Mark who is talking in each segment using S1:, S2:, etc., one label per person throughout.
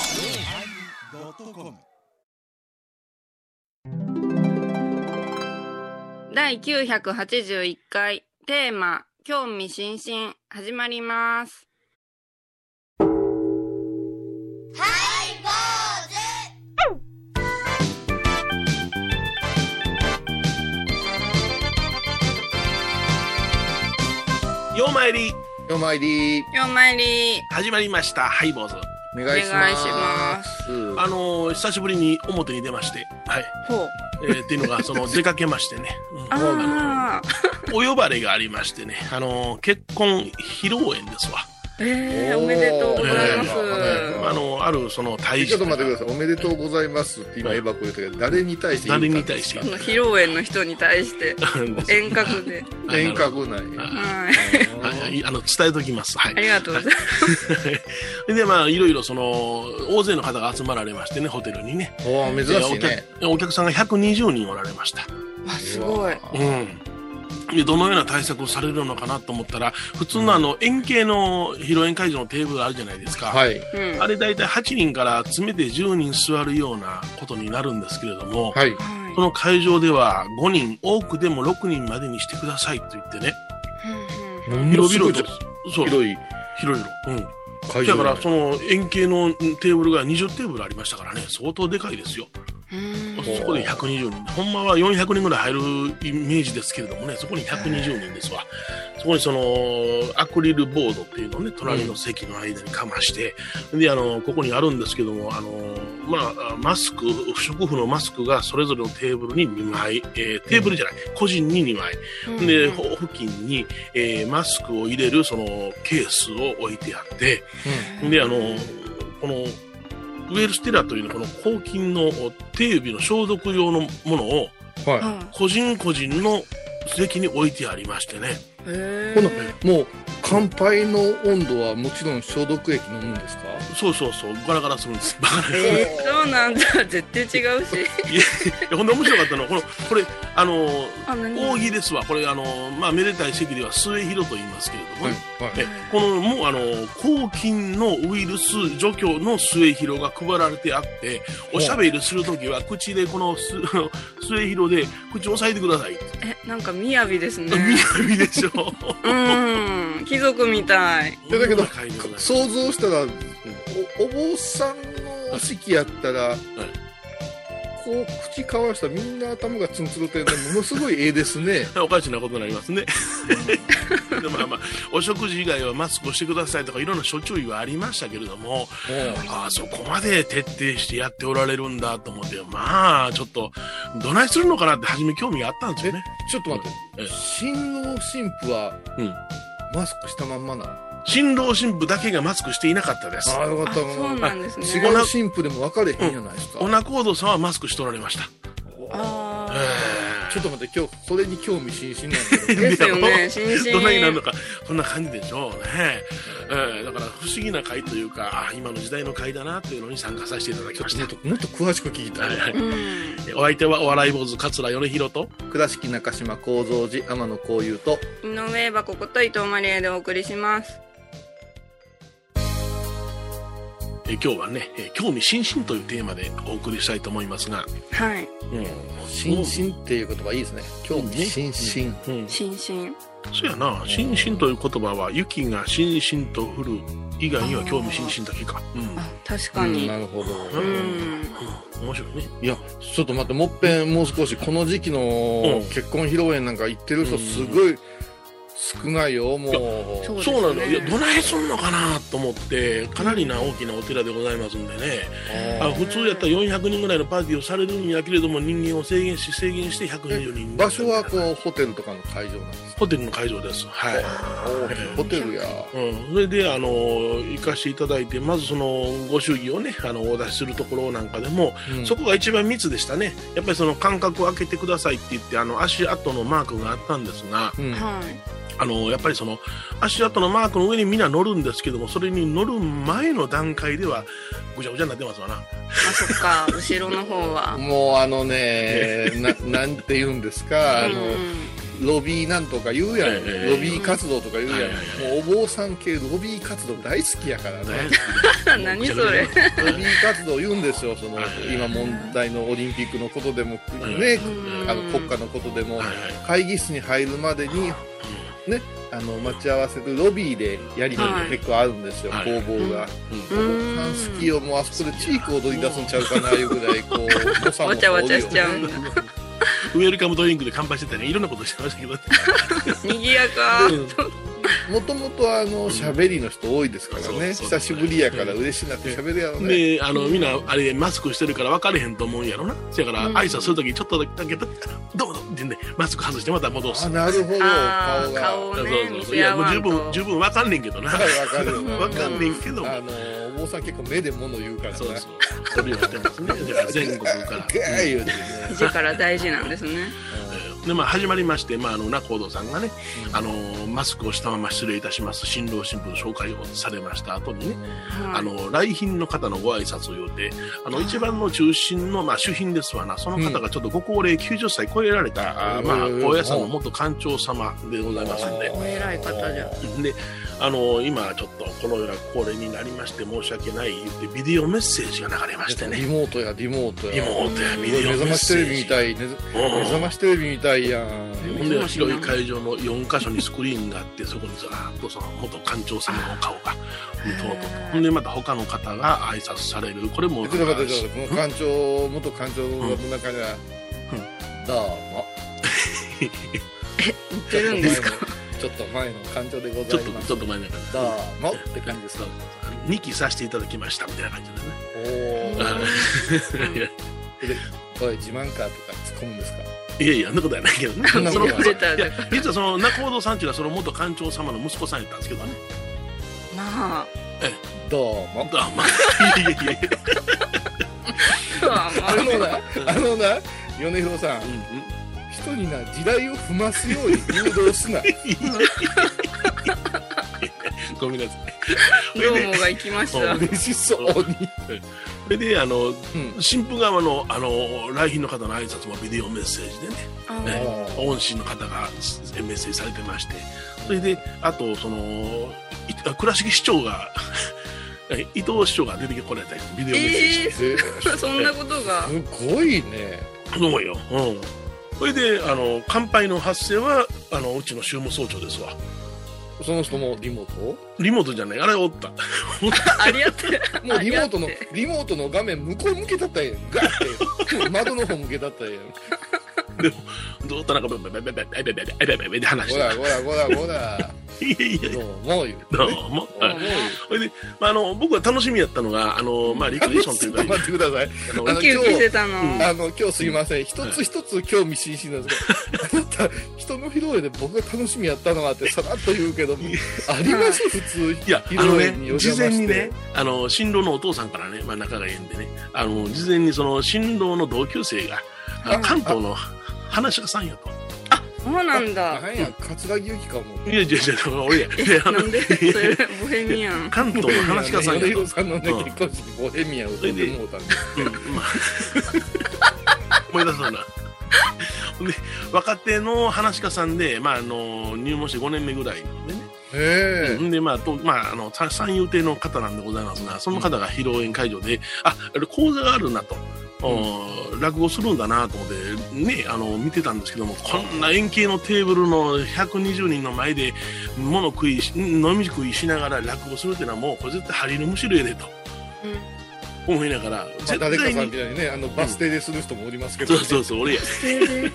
S1: yosmir
S2: 第981回テーマ「興味津々」始まります
S3: ようまいり
S4: お参り
S2: ようまいり
S3: 始まりましたハイボーズ
S4: お
S2: お
S4: 願
S2: 願
S4: い
S2: い
S4: し
S2: し
S4: ま
S2: ますす
S3: あのー久しぶりに表に出ましてはい、
S2: ほう
S3: えーっていうのがその出かけましてね、う ん
S2: ああ
S3: お呼ばれがありましてねあのー結婚披露宴ですわ、
S2: えー、おめでとうございます、
S4: おめでとうございま
S3: あのーあるその大使
S4: ちょっと待ってくださいおめでとうございますって今エヴァこ言ったけど誰に対して言う
S3: 誰
S4: たん
S3: に
S4: で
S3: 対
S4: す
S3: し
S4: か
S3: て
S2: その披露宴の人に対して遠隔で
S4: 遠隔内
S2: はい
S3: はいあの伝えときますはい
S2: ありがとうございます
S3: でまあいろいろその大勢の方が集まられましてねホテルにね
S4: おお珍
S3: で
S4: しいね
S3: お客お客さんが120人おられました
S2: わすごい
S3: うん、でどのような対策をされるのかなと思ったら普通のあの円形の披露宴会場のテーブルあるじゃないですか、
S4: はい
S2: うん
S3: あれ大体8人から詰めて10人座るようなことになるんですけれども、
S4: はい
S2: はい
S3: この会場では5人多くでも6人までにしてくださいと言ってね
S2: うんうん
S3: 広々
S4: す
S3: と
S4: ごい
S3: そう広
S4: 広い
S3: 々うん
S4: 会
S3: だ
S4: 場
S3: からその円形のうんテーブルが20テーブルありましたからね相当でかいですよ
S2: うん
S3: そこで120人、ほんまは400人ぐらい入るイメージですけれどもね、そこに120人ですわ。そこにそのアクリルボードっていうのをね、隣の席の間にかまして、で、あの、ここにあるんですけども、あの、まあ、マスク、不織布のマスクがそれぞれのテーブルに2枚、えーテーブルじゃない、個人に2枚、
S2: うん
S3: で、ほ付近に、えーマスクを入れるそのケースを置いてあって、で、あの、この、ウェルステラというのはこの抗菌の手指の消毒用のものを
S2: う
S4: は
S2: ん
S3: 個人個人の席に置いてありましてね。
S2: へー
S4: このいもう乾杯の温度はもちろん消毒液飲むんですか
S3: そうそうそう、ガラガラするんです。バカな
S2: えー、そうなんだ絶対違うし
S3: いやほんで面白かったのは、この、これ、あの、
S2: あ何
S3: 奥義ですわ。これ、あの、まあ、めでたい席では末広と言いますけれどもね、
S4: はい
S3: えこのもうあの抗菌のウイルス除去の末広が配られてあっておしゃべりするときは口でこのす 末広で口を押さえてください、
S2: えなんか雅ですね
S3: 南でしょ
S2: うん貴族みたい
S4: いやだけ
S3: こ
S4: ど
S3: んな会でございます
S4: 想像したらおお坊さんのお式やったら、こう口かわしたらみんな頭がツンツルてんでものすごいええです ね
S3: おかしなことになり ますねでまあまあお食事以外はマスクをしてくださいとかいろんな諸注意はありましたけれどもああそこまで徹底してやっておられるんだと思ってまあちょっとどないするのかなって初め興味があったんですよね
S4: ちょっと待って
S3: ええ
S4: 新郎新婦は
S3: うん
S4: マスクしたまんまなあ
S3: 新郎新婦だけがマスクしていなかったです
S4: あよ
S2: あ
S4: かっ
S2: そ
S4: た
S2: うなんですね
S4: 違う新婦でも分かれへんじゃないですか、
S3: オナコードさんはマスクしておられましたえ
S2: あ
S4: ちょっと待って今日それに興味津々なんだけ
S2: あですよね新
S3: どんなになるの
S2: 進
S3: か、そんな感じでしょうね。えーだから不思議な会というか、あ今の時代の会だなというのに参加させていただき
S4: ど
S3: まし
S4: ちょ
S3: た
S4: っ。ともっと詳しく聞きたい、
S3: はいはい
S2: うん
S3: お相手はお笑い坊主桂米宏と、
S4: 倉敷中島幸三寺天野幸雄と
S2: 井上はここと伊藤マリエでお送りします
S3: えー今日はね、えー興味津々というテーマでお送りしたいと思いますが、
S2: はい
S3: うん、
S4: 心身っていう言葉いいですね興味津々、
S3: うん、
S2: 新進
S3: そうやな、心身という言葉は雪がしんしんと降る以外には興味津々だけか。うん、
S2: あ確かに
S4: なるほど、
S2: うん、
S3: うん面白いね。
S4: いやちょっと待ってもっぺんもう少しこの時期
S3: うん
S4: の結婚披露宴なんか行ってる
S3: う
S4: 人
S3: ん
S4: すごい少ないよもう
S2: そうですね
S3: そうなの、いや、どないすんのかなと思って、かなりな大きなお寺でございますんでね。
S4: あ
S3: あ普通やったら400人ぐらいのパーティーをされるんやけれども人間を制限し制限して120人
S4: 場所はこうホテルとかの会場なんです
S3: ホテルの会場ですはい、
S4: かホテルや
S3: うん、それであの行かしていただいてまずそのご祝儀をねあのお出しするところなんかでも、
S4: うん
S3: そこが一番密でしたねやっぱりその間隔を空けてくださいって言ってあの足跡のマークがあったんですが
S4: うん
S2: はい
S3: あのやっぱりその足跡のマークの上にみんな乗るんですけどもそれに乗る前の段階ではぐちゃぐちゃになってますわ な
S2: あそっか後ろの方は
S4: もうあのねななんて言うんですかあの
S2: うん
S4: ロビーなんとか言うやん、
S3: ええ
S4: ロビー活動とか言うやん、
S3: はいはい
S4: もうお坊さん系ロビー活動大好きやからね
S3: 大好
S2: 何それ。
S4: ロビー活動言うんですよその
S3: はいはい
S4: 今問題のオリンピックのことでも
S3: はい
S4: ね
S2: うん
S4: あの国家のことでも
S3: はいはい
S4: 会議室に入るまでにねあの待ち合わせるロビーでやり取りが結構あるんですよ
S3: はい
S4: 攻防
S3: う
S4: が。
S3: ん
S2: う
S4: ファンスキ
S2: ん。
S4: ーをもうあそこでチーク踊り出すんちゃうかないうぐらいこうもさも
S2: わちゃわちゃしちゃうんだ
S3: ウェルカムドリンクで乾杯してたりねいろんなことしてましたけど、
S2: 賑やか。
S4: もともとあの喋りの人多いですから
S3: そうそう
S4: ね久しぶりやから嬉しいなって喋るやろね
S3: であのみんなあれマスクしてるから分かれへんと思うんやろなせやから
S2: うん
S3: 挨拶するときにちょっとだけ「どうもどうも」ってねマスク外してまた戻す
S4: あなるほど
S2: あ
S4: 顔
S2: ー
S4: が
S2: 顔を
S3: そう
S2: ね
S3: そ
S2: 見
S3: うそうい
S2: せ
S3: や
S2: 合
S3: もう
S2: わ
S3: 十
S2: ん
S3: 分
S2: と。
S3: 十分分かんねんけどな
S4: はいわか る
S3: 分かんねんけども
S4: あのお坊さん結構目で物言うからな
S3: そうそう飛び出してますねだから全国から
S4: ガー言うてね
S2: だから大事なんですね。
S3: でまあ、始まりまして、まあ、あの仲人さんがね、あのマスクをしたまま失礼いたします新郎新婦の紹介をされました後にね、あの来賓の方のご挨拶を言うてあの一番の中心の、まあ、主賓ですわなその方がちょっとご高齢90歳超えられた、
S4: うん
S3: まあ、高野山の元館長様でございますんで。
S2: お偉い方じゃ
S3: であの今ちょっとこのような高齢になりまして申し訳ない言ってビデオメッセージが流れまして
S4: リ
S3: ね
S4: モートやリモート
S3: リ
S4: や
S3: モートやビ
S4: 目
S3: デオメ
S4: 覚
S3: ッ
S4: まし
S3: セ
S4: テレ
S3: ー
S4: ビ
S3: ジ
S4: みたいね
S3: うん
S4: 目覚ましテレビみたいやん
S3: ほんで広い会場の4か所にスクリーンがあってそこにずらーっとその元館長様のお顔がうんとうとうとほんでまた他の方が挨拶されるこれも
S4: ちょっと待ってちょっと待ってこの館長元館長の中には「どうも」
S2: 言ってるんですか。
S4: ちょっと前の感情でご
S3: ちょ
S4: ざ
S3: っ
S4: い
S3: と
S4: ます。
S3: ちょっと前だか
S4: ど
S3: ら
S4: うもって感じですか。
S3: 2期させていただきましたみたいな感じだね
S4: おお。
S2: うん
S4: これ自慢かとか突っ込むんですか。
S3: いやいやそんなことはないけどね
S4: そんな
S3: そ
S4: こと
S3: の
S4: はない
S3: いや実はその中尾さんっていうのはその元館長様の息子さんやったんですけどね
S2: まあ。
S4: どう
S3: あ
S4: も。
S3: まあいやいやいやいや
S4: あのな、あのな、米広さん
S3: う、んうん
S4: 人にな地雷を踏ますように誘導すな。
S3: ごめんなさい
S2: どうもが行きました。
S4: 嬉しそうに。
S3: それであの
S4: うん。
S3: 新婦側のあの来賓の方の挨拶もビデオメッセージでね
S2: あ
S3: 恩師の方がメッセージされてましてそれであとそのいあ倉敷市長が 伊藤市長が出てこられたりビデオメッセージし
S2: え
S3: て、
S2: えそんなことが。
S4: すごいね。
S3: そうよ、うん、それであの乾杯の発生はあのうちの州務総長ですわ
S4: その人もリモー
S3: リモートじゃないあれおった
S2: ありがとう。
S4: トもうリモート の
S2: あ りが、
S4: リモートの画面向こう向けだったらええやん。ガッて。窓の方向けだったらええやん。
S3: ずっとなんかベベベベベベベベベベベで話し
S4: ほ
S3: て
S4: らほらほらほら。
S3: たいやい
S4: ど
S3: や
S4: うも言うて
S3: ど
S4: ね。
S3: うも、
S4: どう
S3: はい
S4: も言うて
S3: それで、まあ、あの僕は楽しみやったのがあの、まあ、リクエーションというか
S4: ちょっと待ってください。
S3: あの
S4: あ
S2: ウキウキしてたの。
S4: あの、今日すいません。一つ一つ興味津々なんですけど、あなた、人の披露宴で僕が楽しみやったのはってさらっと言うけども、あります普通。
S3: いや、
S4: 披
S3: あ
S4: 露
S3: の
S4: 宴
S3: ね
S4: にお、邪
S3: 事
S4: 魔して
S3: 前にね、あの、新郎のお父さんからね、まあ仲がいいんでね、あの、事前にその、新郎の同級生が、あ
S4: あ
S3: 関東の話し家さんやと。
S2: そうなんだ。
S4: なんや、桂木由紀かも。
S3: いやいやいや、俺や。
S2: え
S3: であ
S2: な
S3: の
S2: んでそれボヘミアン。
S3: 関東の話し家さんや
S4: 米
S3: と。
S4: 広さんのね、
S3: うん
S4: 結婚式、ボヘミアンを歌ってもうたんで。
S3: うん まあ思い出そうな。 ほんで若手の話し家さんで、まあ、あの入門して5年目ぐらいでね、
S4: へ
S3: うんで、まあ、と、まあ、あの、さ三遊亭の方なんでございますが、その方が披露宴会場で、あ、あれ講座があるなと。おー落語するんだなと思って、ね、あの、見てたんですけども、こんな円形のテーブルの120人の前で、物食いし、飲み食いしながら落語するっていうのはもう、これ絶対ハリのむしろやでと思いながら、
S4: え。
S3: 絶
S4: 誰か
S3: 対
S4: さんみ
S3: に、
S4: たいにね、あの、バス停でする人もおりますけど
S3: そう
S4: ね。
S3: そうそう、俺や、
S2: えー
S3: うん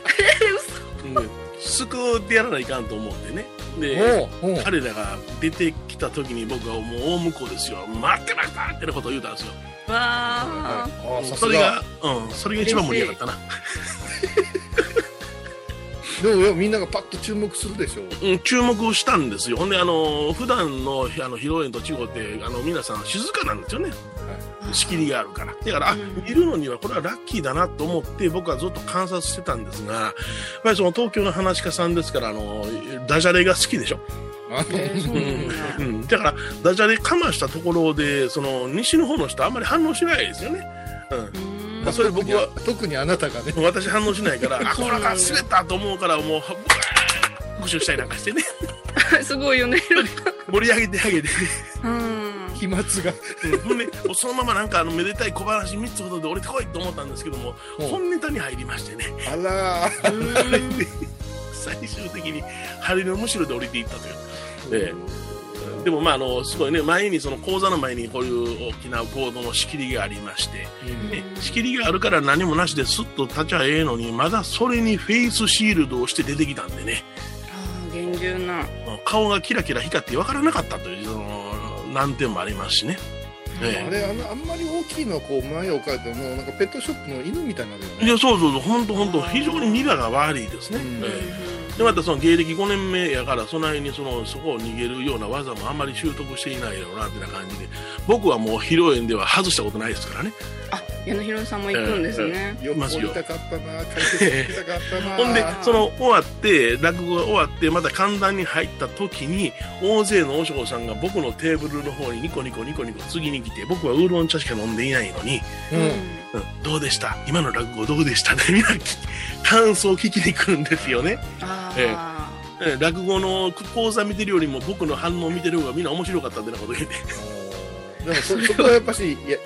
S3: 救ってやらないかんと思ってね。で、
S4: おうおう
S3: 彼らが出てきた時に僕はもう大向こうですよ待ってましたってなことを言うたんですよ
S2: 嘘。わあ。
S4: ああ、さ
S3: そ
S4: す
S3: れ
S4: が
S3: が。うんそれが一番盛り上がったな
S4: でもよ、みんながパッと注目するでしょ。
S3: うん注目したんですよほんであの普段のあの披露宴と違ってあの皆さん静かなんですよね仕切りがあるからだからあ
S2: うん
S3: 見るのにはこれはラッキーだなと思って僕はずっと観察してたんですがやっぱりその東京の話し家さんですからあのダジャレが好きでしょ
S4: あ
S2: えーそう
S3: う
S2: なんだ
S3: んうんだからダジャレかましたところでその西の方の人あんまり反応しないですよね、うん、
S2: う
S3: まあそれ僕は
S4: 特にあなたがね。
S3: 私反応しないから、あ、これが滑ったと思うから、もう、ブワー復習したりなんかしてね、
S2: すごいよね。
S3: 盛り上げてあげて、
S2: うん。
S4: 飛沫が。
S3: うんほんで、そのままなんかあのめでたい小話3つほどで降りてこいと思ったんですけども、本ネタに入りましてね、
S4: あらー。
S3: 最終的に針のむしろで降りていったという。えでもまああのすごいね前にその講座の前にこういう大きなボードの仕切りがありまして、ね仕切りがあるから何もなしですっと立ちゃええのにまだそれにフェイスシールドをして出てきたんでね
S2: ああ、厳重な。
S3: 顔がキラキラ光って分からなかったというその難点もありますしね、え
S4: あれあのあんまり大きいのはこう前を置かれてもうなんかペットショップの犬みたいになるよ
S3: えい
S4: ね。
S3: やそうそうそう本当本当非常にミラが悪いですね、
S4: うん
S3: ええ
S2: う
S3: でまたその芸歴5年目やからその辺にそのそこを逃げるような技もあんまり習得していないよなってな感じで僕はもう披露宴では外したことないですからね
S2: んあ、矢野弘さんも行くんですね。
S4: よく
S3: ますよ
S4: 行きたかったな、解説行きたかったな。
S3: ほんで
S2: あー
S3: その終わって落語が終わってまた観覧に入った時に大勢のおしょこさんが僕のテーブルの方にニコニコニコニコ次に来て僕はウーロン茶しか飲んでいないのに
S2: う
S4: う
S2: ん
S4: ん。
S3: 「うん、どうでした今の落語どうでした?」ってみんな聞き感想を聞きに来るんですよね。
S2: あ
S3: え
S2: あ。
S3: うん落語の講座見てるよりも僕の反応見てる方がみんな面白かったってなこと言 って
S4: でもそそこはやっぱしいや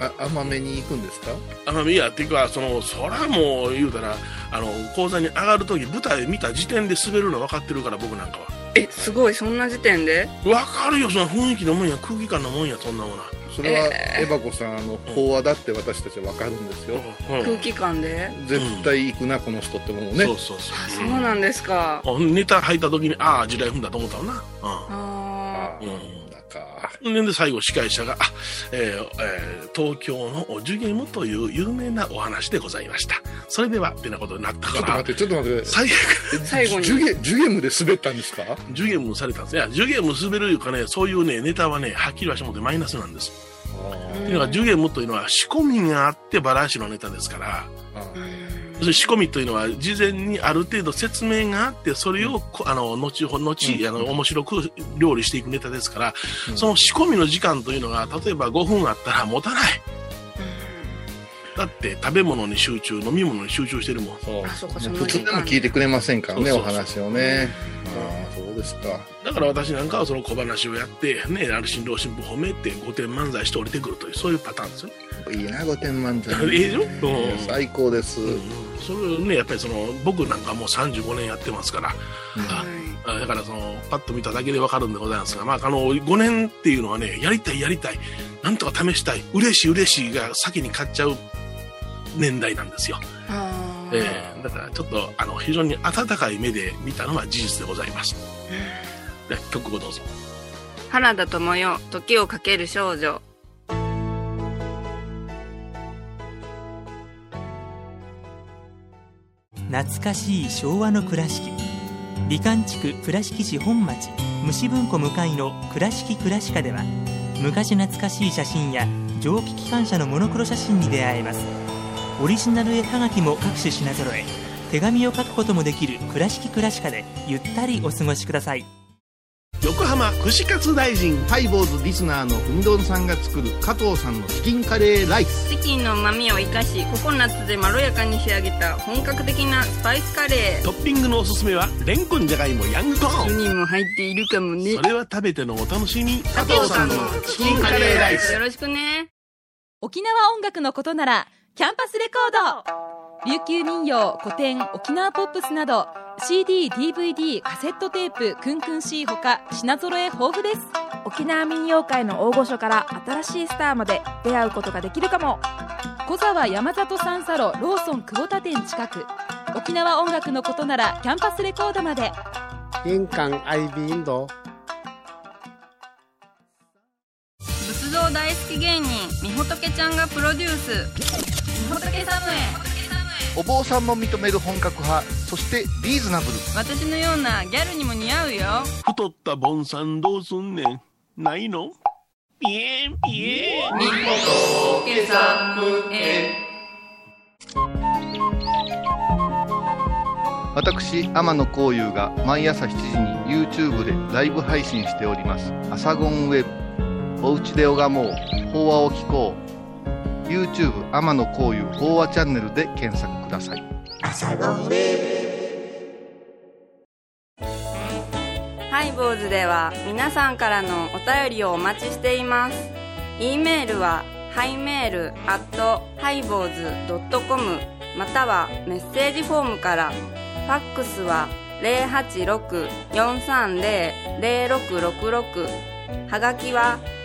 S4: ああ甘めに行くんですか。
S3: 奄美やっていうかそのそらもう言うたらあの講座に上がる時舞台見た時点で滑るの分かってるから僕なんかは
S2: え、すごい、そんな時点で。
S3: 分かるよその雰囲気のもんや空気感のもんやそんなもんな、
S4: それは
S2: え
S4: エバコさんあの講話だって私たちはわかるんですよ。
S3: うん
S2: 空気感で。
S4: 絶対行くなこの人ってものね
S3: そ。うそうそ
S2: あ、
S3: う
S2: そうなんですか。
S3: うんネタ入った時にああ地雷踏んだと思ったわなうん
S2: あ
S4: あ
S3: うん
S4: ーなんか
S3: でで最後司会者が「あえーえー東京のお寿ゲムという有名なお話でございましたそれでは」ってなことになった
S4: ちょ
S3: か
S4: っと
S3: ら
S4: 待ってちょっと待って。
S3: 最悪
S2: 最後に
S4: ジュゲジュゲムで滑ったんですか。
S3: ジュゲームされたんですねいやジュゲーム滑るいうかねそういうねネタはねはっきりはしてもってマイナスなんです
S2: う
S3: っ
S2: ん
S3: ていうのが、ジュゲムというのは仕込みがあってバラシのネタですから、
S4: あー
S2: あ。うん
S3: それ仕込みというのは事前にある程度説明があって、それをこ、あの、後ほ、後、
S4: うん
S3: あの、面白く料理していくネタですから、
S4: うん
S3: その仕込みの時間というのが、例えば5分あったら持たない。だって食べ物に集中、飲み物に集中してるもん。
S4: そう
S2: あそうかその
S4: 普通でも聞いてくれませんからね
S3: そうそ
S4: お
S3: うそう
S4: 話をね。ああそうですか。
S3: だから私なんかはその小話をやって、ね、ある新郎新婦褒めて、5点漫才して降りてくるという、そういうパターンですよ。
S4: いいな五点満点。
S3: いいでしょうん
S4: 最高です。
S3: うんうんそれをね、やっぱりその、僕なんかもう35年やってますから、
S2: はい
S3: あだからそのパッと見ただけでわかるんでございますが、まあ、あの5年っていうのはねやりたいやりたいなんとか試したい嬉しい嬉しいが先に買っちゃう年代なんですよ、
S2: あー
S3: ええだからちょっとあの非常に温かい目で見たのは事実でございますで曲をどうぞ
S2: 原田知世、時をかける少女。
S1: 懐かしい昭和の倉敷美観地区倉敷市本町虫文庫向かいの「倉敷倉歯科」では昔懐かしい写真や蒸気機関車のモノクロ写真に出会えますオリジナル絵はがきも各種品揃え手紙を書くこともできる「倉敷倉歯科」でゆったりお過ごしください
S3: 横浜串カツ大臣
S4: ハイボーズリスナーのうみどんさんが作る加藤さんのチキンカレーライス。
S2: チキンの旨味を生かし、ココナッツでまろやかに仕上げた本格的なスパイスカレ
S3: トッピングのおすすめはレンコンじゃがいもヤングコ
S2: ー。
S3: ーン
S2: 人も入っているかもね
S3: それは食べてのお楽しみ加
S4: 藤さんのチキンカレーライス
S2: よろしくね。
S5: 沖縄音楽のことならキャンパスレコード琉球民謡古典沖縄ポップスなど CDDVD カセットテープクンクン C ほか品揃え豊富です
S6: 沖縄民謡界の大御所から新しいスターまで出会うことができるかも
S5: 小沢山里三佐路ローソン久保田店近く沖縄音楽のことならキャンパスレコードまで
S7: 玄関 IB インド
S2: 仏像大好き芸人、みほとけちゃんがプロデュース。みほとけサムエ。
S8: お坊さんも認める本格派そしてリーズナブル
S2: 私のようなギャルにも似合うよ。
S3: 太ったボンさんどうすんねんないのピエンピエン
S8: 私天野幸雄が毎朝7時に YouTube でライブ配信しております「アサゴンウェブ」「おうちで拝もう法話を聞こう」YouTube 天野幸雄法話チャンネルで検索ください
S2: ーズでは皆さんからのお便りをお待ちしています e メールはハイメールアットハイボーズドットコムまたはメッセージフォームからファックスは086-430-0666はがきは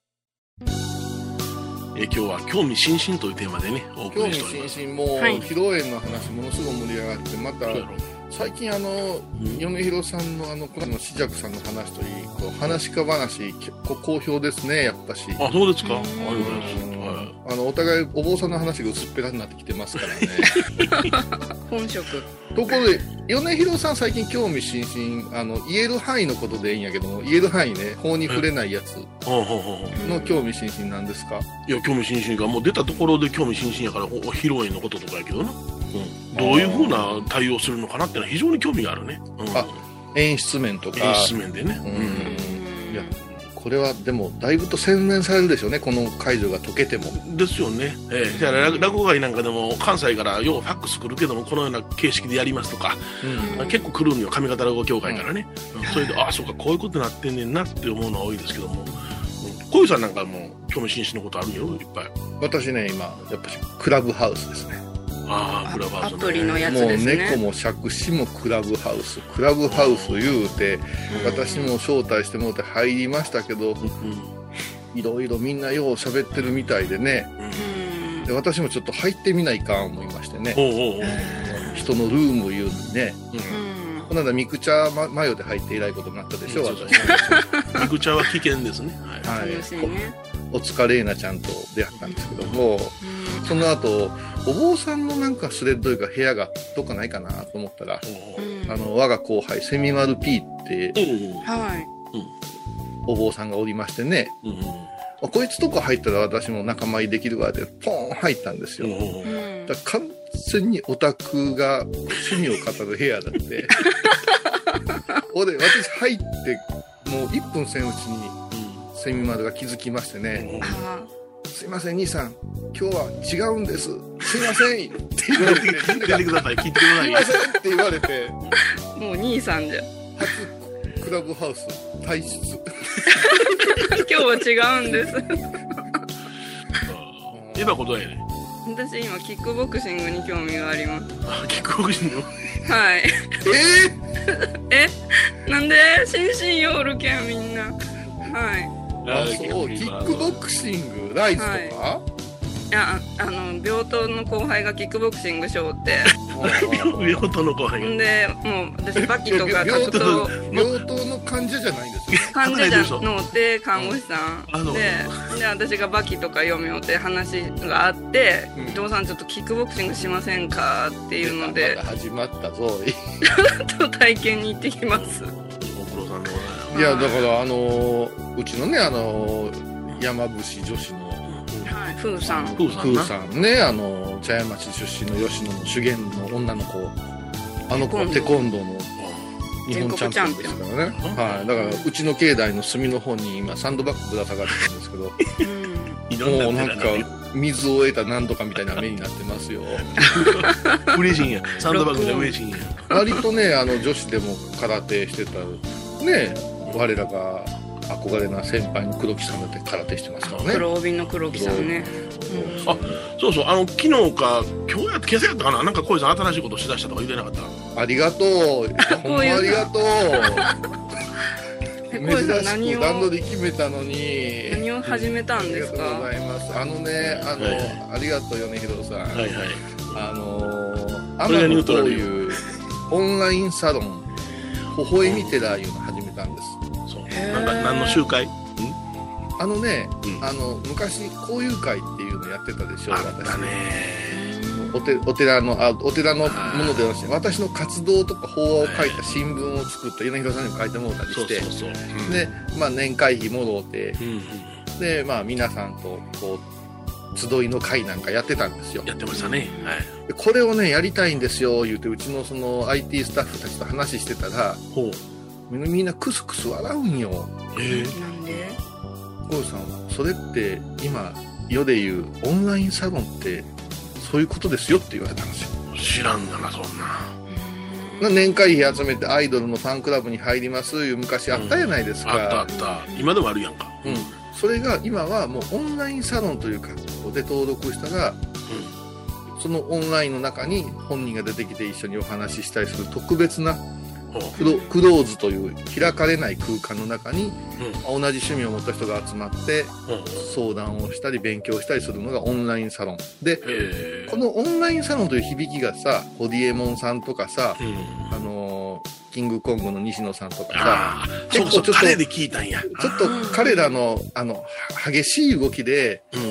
S3: えー今日は興味津々というテーマでねお送
S4: 興
S3: り
S4: 味
S3: しております
S4: 津々もう、
S2: はい
S4: 披露宴の話ものすごい盛り上がってまた
S3: そうやろ
S4: 最近あの
S3: うん
S4: 米広さんのあのこの間の紫尺さんの話といいこう話か話結構好評ですねやっぱし
S3: あそうですかありがとうござい
S4: う
S3: ま
S4: ん
S3: す、はい
S4: あのお互いお坊さんの話が薄っぺらになってきてますからね
S2: 本職
S4: ところで米広さん最近興味津々あの言える範囲のことでいいんやけども言える範囲ね法に触れないやつ
S3: ほうほうほうほう
S4: の興味津々なんですか、
S3: いや興味津々かもう出たところで興味津々やからおお披露宴のこととかやけどな、うん、どういうふうな対応するのかなってのは非常に興味があるね、うん、
S4: あ演出面とか
S3: 演出面でね、
S4: うん
S3: うん
S4: いやこれはでもだいぶと洗練されるでしょうねこの解除が解けても
S3: ですよね、ええ、じゃあ落落語会なんかでも関西からようファックス来るけどもこのような形式でやりますとか、結構来るんよ上方落語協会からね、うんそれでああそうかこういうことなってんねんなって思うのは多いですけどもうん小遊さんなんかも興味津々のことあるよいっぱい
S4: 私ね今やっぱしクラブハウスですね
S3: ああクラブハウス
S2: アプリのやつ
S4: もう
S2: ですね
S4: 猫も杓子もクラブハウスクラブハウス言うて私も招待してもらって入りましたけど
S3: うん
S4: いろいろみんなよう喋ってるみたいでね
S3: うん
S2: うん
S4: で私もちょっと入ってみないかん思いましてね
S3: おうおうおう
S4: 人のルーム言うのにね
S3: うん
S4: この間ミクチャーマヨで入って以来ことになったでしょ
S3: そう
S4: 私
S3: だねミクチャは危険ですね、はい
S4: はい
S2: 楽しいね
S4: お疲れーなちゃんと出会ったんですけどもその後お坊さんのなんかスレッドというか部屋がどっかないかなと思ったら
S3: おう
S2: う
S3: おうん
S4: あの我が後輩セミマル P って
S3: おう
S2: はい
S4: お坊さんがおりましてね
S3: うん
S4: あこいつとこ入ったら私も仲間入りできるわってポーン入ったんですよ、
S3: おうおう
S2: うん
S4: だから完全にオタクが趣味を語る部屋だって 俺私入ってもう1分せんうちにセミマルが気づきましてね、
S3: うん
S2: あ
S4: すいません兄さん今日は違うんですすいませんって言われてみんな
S3: 出
S4: が
S3: て
S4: す
S3: ください聞いてください
S4: い
S3: よ
S4: ませんって言われて
S2: ーもう兄さんじゃん
S4: 初クラブハウス退出
S2: 今日は違うんです
S3: 今ことやね
S2: 私今キックボクシングに興味があります
S3: あキックボクシングの
S2: はい
S4: ええ
S2: えなんで心身よおるけんみんなはい
S4: あそうキックボクシングライズとか、
S2: いやああの病棟の後輩がキックボクシングしょうって
S3: 上音の後輩
S2: ん
S3: が
S2: でもう私バキとか
S4: 病
S2: 格闘
S4: 病棟の患者じゃないんですよね
S2: 患者じゃのって看護師さ
S3: あ
S2: ん
S3: の
S2: でで私がバキとか読みよって話があって
S4: うん
S2: 伊藤さんちょっとキックボクシングしませんかっていうので
S4: まだ始まったぞ
S2: ちょっと体験に行ってきます
S3: ご苦労さんでございます
S4: いやだからあのーうちのねあのー山伏女子の
S2: はいふうさん
S3: プーさん
S4: 空
S3: な
S4: さんねあの茶屋町出身の吉野の修験の女の子あの子はテコンドーの日本チャンピオンですから
S3: 全国チャン
S4: ね
S3: ピオン
S4: はいだからうちの境内の隅の方に今サンドバッグぶら下がってるんですけ
S3: い
S4: ども
S3: ろ
S4: うんな
S3: なん手
S4: か
S3: がね
S4: 水を得た何とかみたいな目になってますよ
S3: 嬉しいん やサンドバッグで嬉しいんや
S4: 割とねあの女子でも空手してたね我らが憧れな先輩の黒木さんだって空手してますからね
S2: 黒帯の黒木さんね
S3: あそうそうあの昨日か今日やって今朝やったかななんか小井さん新しいことしだしたとか言ってなかった
S4: ありがとう。ほんまありがと う。
S2: え
S4: 珍
S2: これ
S4: し
S2: さ何
S4: く
S2: を
S4: 段取り決めたのに。
S2: 何を始めたんです
S4: ありがとうご
S2: か
S4: ざいます。あのね、あの、
S3: はい
S4: ありがとう米広さん。
S3: はいはい
S4: あの、ア
S3: これ
S4: マ
S3: がニュ
S4: ノ
S3: ート
S4: と
S3: ラルよ
S4: いうオンラインサロン、微笑み寺いうのを始めたんです。
S3: そうなんか何の集会
S4: あのね、
S3: うん
S4: あの昔交友会っていうのやってたでしょ。
S3: あったね
S4: おてお寺のあお寺のものではなくて私の活動とか法話を書いた新聞を作った米広さんにも書いてもらったり
S3: そ
S4: し
S3: う
S4: て
S3: そうそう。うん
S4: で、まあ、年会費もろうて
S3: うんうん
S4: で、まあ、皆さんとこう集いの会なんかやってたんですよ
S3: やってましたね。はい。
S4: でこれをねやりたいんですよ言うてうちのその IT スタッフたちと話してたら
S3: ほう。
S4: みんなみんなクスクス笑うんよ
S3: ええ
S2: なんで
S4: ゴールさんそれって今世で言うオンラインサロンってそういうことですよって言われたんですよ
S3: 知らんがな、そんな。
S4: な年会費集めてアイドルのファンクラブに入りますいう昔あったじゃないです
S3: あったあ
S4: か、
S3: った。今でもあるやんか。
S4: うんそれが今はもうオンラインサロンという活動で登録したら、そのオンラインの中に本人が出てきて一緒にお話ししたりする特別な
S3: ほう。
S4: クロクローズという開かれない空間の中に
S3: うん
S4: 同じ趣味を持った人が集まって
S3: ほう。
S4: 相談をしたり勉強したりするのがオンラインサロンで
S3: ええ
S4: このオンラインサロンという響きがさホディエモンさんとかさ
S3: うん。
S4: あのーキングコングの西野さんとかさ
S3: ああ、
S4: 結
S3: そ
S4: 構
S3: うそう、
S4: ちょっと
S3: 彼で聞いたんや。
S4: ちょっと彼らのあのは激しい動きで
S3: うん。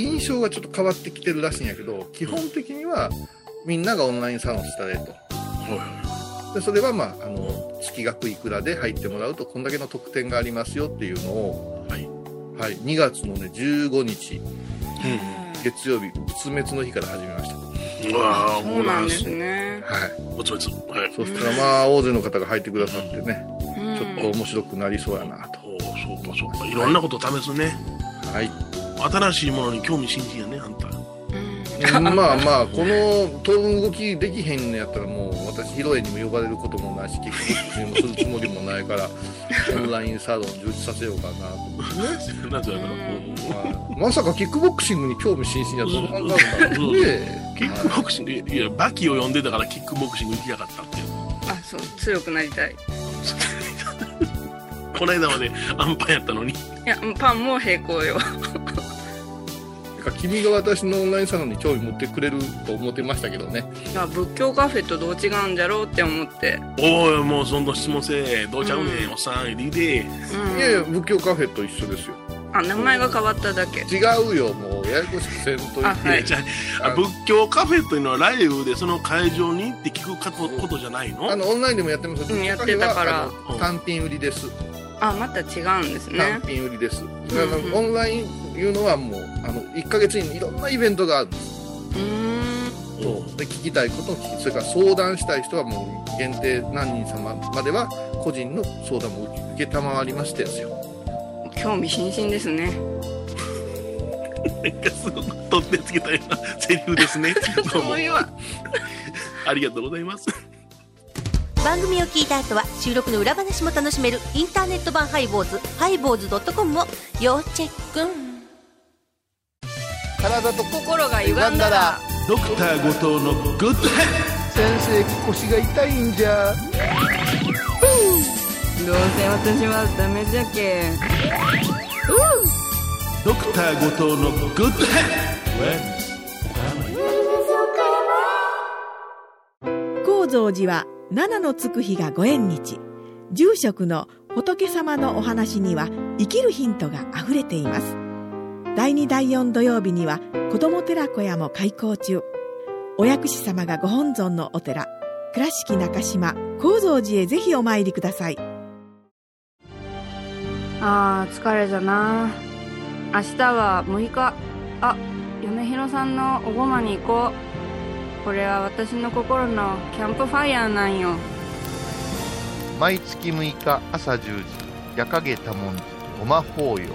S4: 印象がちょっと変わってきてるらしいんやけど基本的にはみんながオンラインサロンしたねと
S3: ほう
S4: でそれは、まあ、あの月額いくらで入ってもらうとこんだけの特典がありますよっていうのを、
S3: はい
S4: はい、2月の、ね、15日
S3: うん。
S4: 月曜日仏滅の日から始めました、
S3: うわあ、
S2: そうなんです
S3: ね。
S2: ね。
S4: はい、
S3: おつめつ。はい。
S4: そしたらまあ大勢の方が入ってくださってね
S2: うん
S4: ちょっと面白くなりそうやなと、
S3: ほう、そうか、そうか。いろんなこと試すね。
S4: はい、
S3: 新しいものに興味津々やね、あんた。
S2: うん
S4: まあまあこの当分動きできへんのやったらもう私披露宴にも呼ばれることもないし結婚にもするつもりもないから オンラインサロン充実させようかなと思って ね
S3: なんていうのかな
S2: うん
S4: まあまさかキックボクシングに興味津々やと思わなかったんで
S3: キックボクシング、いや、バキを呼んでたからキックボクシング行きやがったっていう。
S2: あ、そう、強くなりたい。い
S3: この間までアンパンやったのに。
S2: や、パンも平行よ。
S4: てか君が私のオンラインサロンに興味持ってくれると思ってましたけどね
S2: いや仏教カフェとどう違うんじゃろうって思って。
S3: おい、もうそんな質問せえ。どうちゃうね
S2: うん
S3: ん、おっさん、リで。
S2: うん
S4: いやいや仏教カフェと一緒ですよ
S2: あ、名前が変わっただけ。
S4: 違うよもうややこしくせんといて
S2: あはい
S3: いやじゃああ仏教カフェというのはライブでその会場に行って聞くかとことじゃないの
S4: あのオンラインでもやってますよ
S2: うんやってたから
S4: 仏教カフェはあの単品売りです
S2: あ、また違うんですね
S4: 単。品売りです、
S2: んうん
S4: あのオンラインいうのはもうあの1か月にいろんなイベントがあるんです
S2: うー
S3: おう
S4: で聞きたいことを聞きそれから相談したい人はもう限定何人様までは個人の相談も受けたまわりましてですよ
S2: ん。興味津々ですね。
S3: なんかすごく取ってつけたようなセリフですねどうも
S2: そういうわ。
S3: ありがとうございます
S9: 番組を聞いた後は収録の裏話も楽しめるインターネット版ハイボーズハイボーズドットコムを要チェック
S7: 体と
S2: 心が歪んだら。
S3: ドクター後藤のグッドヘッ
S7: 先生腰が痛いんじゃ
S2: どうせ私はダメじゃけ。
S3: ドクター後藤のグッドヘッ
S10: 高蔵寺は七のつく日がご縁日住職の仏様のお話には生きるヒントがあふれています第2第4土曜日には子ども寺小屋も開校中お薬師様がご本尊のお寺倉敷中島・高蔵寺へぜひお参りください
S2: あー、疲れじゃな。明日は6日。あ、嫁ひろさんのおごまに行こう。これは私の心のキャンプファイヤーなんよ。
S8: 毎月6日朝10時夜影多文字ごま法要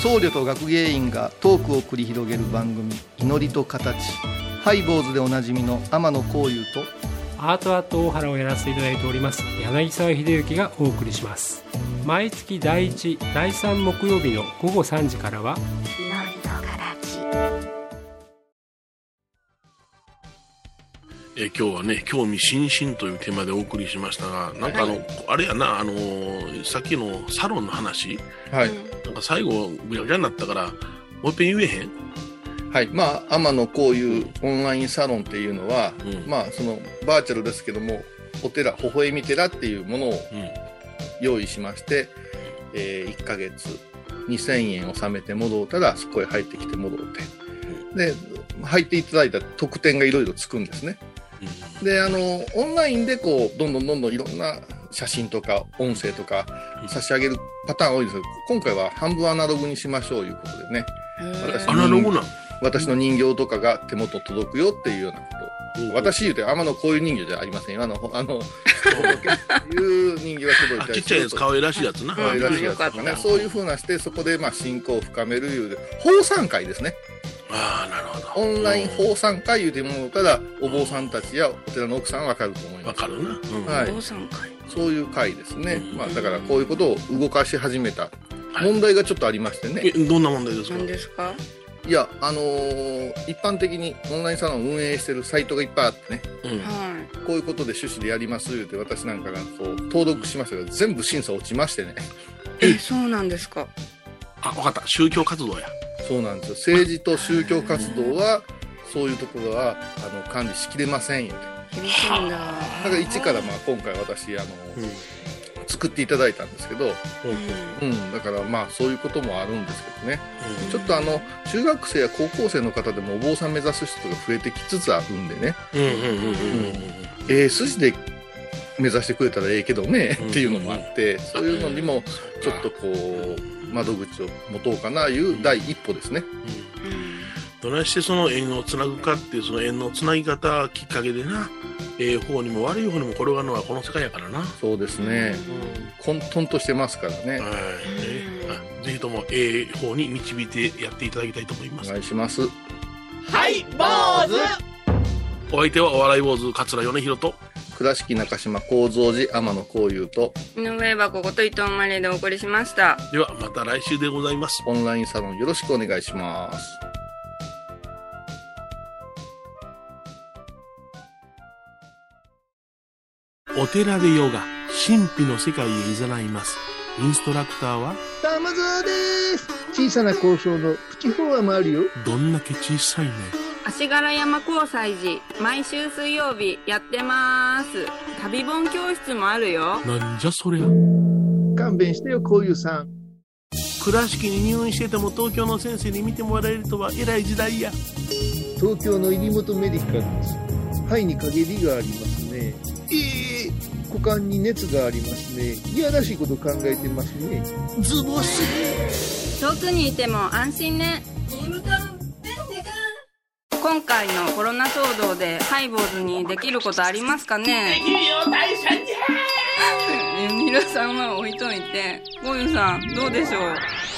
S8: 僧侶と学芸員がトークを繰り広げる番組「祈りと形」ハイボーズでおなじみの天野幸雄と
S11: アートアート大原をやらせていただいております柳沢秀幸がお送りします毎月第1第3木曜日の午後3時からは
S3: えー今日はね「興味津々」というテーマでお送りしましたがなんかあの、あれやなあのーさっきのサロンの話
S4: はい、
S3: なんか最後ぐちゃぐちゃになったからもう一遍言えへん
S4: はい、まあ天野こういうオンラインサロンっていうのは、
S3: うん
S4: まあそのバーチャルですけどもお寺微笑み寺っていうものを
S3: うん
S4: 用意しまして、え1ヶ月2000円納めて戻ったらそこへ入ってきて戻ってで入っていただいた特典がいろいろつくんですねであのオンラインでこうどんどんどんどんいろんな写真とか音声とか差し上げるパターン多いですけど今回は半分アナログにしましょういうことでね私の
S3: アナログなの
S4: 私の人形とかが手元届くよっていうようなこと私言うて天野こういう人形じゃありませんよあの あのいう人形が届いたりする
S3: ちっちゃいやつ可愛らしいやつな
S4: 可愛らしいやつとかねそういうふうなしてそこでまあ親交を深めるいうで放散会ですね
S3: ああなるほど
S4: オンライン放散会いうてもただお坊さんたちやお寺の奥さんはわかると思います
S3: わかるな、
S4: はい、
S3: お坊さん会
S4: そういう会ですね、まあ、だからこういうことを動かし始めた問題がちょっとありましてね、
S3: えどんな問題ですか
S2: 何ですか
S4: いやあのー一般的にオンラインサロンを運営してるサイトがいっぱいあってね、こういうことで趣旨でやります言うて私なんかがこう登録しましたけど全部審査落ちましてね
S2: えそうなんですか
S3: あ分かった宗教活動や
S4: そうなんですよ政治と宗教活動はそういうところはあの管理しきれませんよ
S2: 厳しいんだ
S4: だから一からまあ今回私あの、作っていただいたんですけど、うんだからまあそういうこともあるんですけどね、ちょっとあの中学生や高校生の方でもお坊さん目指す人が増えてきつつあるんでね、
S3: うんうんうんうんうん
S4: ええ筋で目指してくれたらええけどね、っていうのもあってそういうのにもちょっとこう窓口を持とうかないう第一歩ですね、
S3: どないしてその縁をつなぐかっていうその縁のつなぎ方きっかけでなええ方にも悪い方にも転がるのはこの世界やからな
S4: そうですね、混沌としてますからね、
S3: ぜひともええ方に導いてやっていただきたいと思います
S4: お願いします
S12: はい坊主
S3: お相手はお笑い坊主桂米宏と
S4: 倉敷中島幸三寺天野幸雄と
S2: 井上箱こと伊藤マリーでお送りしました
S3: ではまた来週でございます
S4: オンラインサロンよろしくお願いします
S3: お寺でヨガ神秘の世界へいざないますインストラクターは
S7: 玉沢です小さな交渉のプチフォアもあるよ
S3: どんだけ小さいね
S2: 足柄山交際時毎週水曜日やってます旅本教室もあるよ
S3: なんじゃそりゃ
S7: 勘弁してよこういうさん
S3: 倉敷に入院してても東京の先生に見てもらえるとは偉い時代や
S7: 東京の入元メディカルです肺に陰りがありますねええ股間に熱がありますねいやらしいこと考えてますねズボス
S2: 遠くにいても安心ね今回のコロナ騒動でハイボーズにできることありますかね皆さんは置いといてゴユさんどうでしょう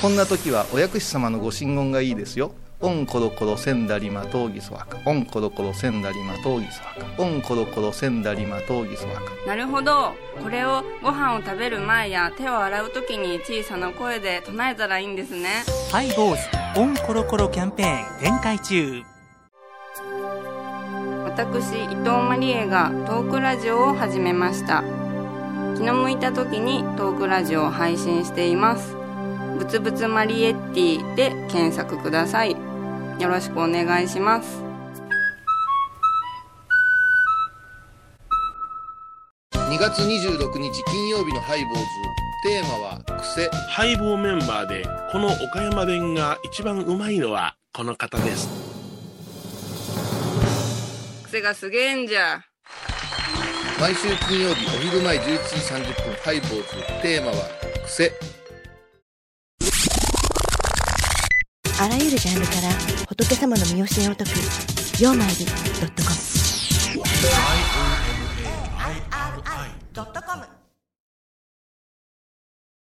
S8: こんな時はお薬師様のご神言がいいですよ。オンコロコロセンダリマトーギソワカ。オンコロコロセンダリマトーギソワカ。オンコロコロセンダリマトーギソワカ。
S2: なるほどこれをご飯を食べる前や手を洗う時に小さな声で唱えたらいいんですね
S1: ハイボーズオンコロコロキャンペーン展開中
S2: 私伊藤マリエがトークラジオを始めました気の向いた時にトークラジオを配信していますぶつぶつマリエッティで検索くださいよろしくお願いします
S4: 2月26日金曜日のハイボーズテーマは癖
S3: ハイボーメンバーでこの岡山弁が一番うまいのはこの方です
S2: 癖がすげえんじゃ
S4: 毎週金曜日お昼前11時30分ハイボーズテーマは癖
S13: あらゆるジャンルから仏様の身教えを解く「曜マイルドットコム」
S14: ドットコム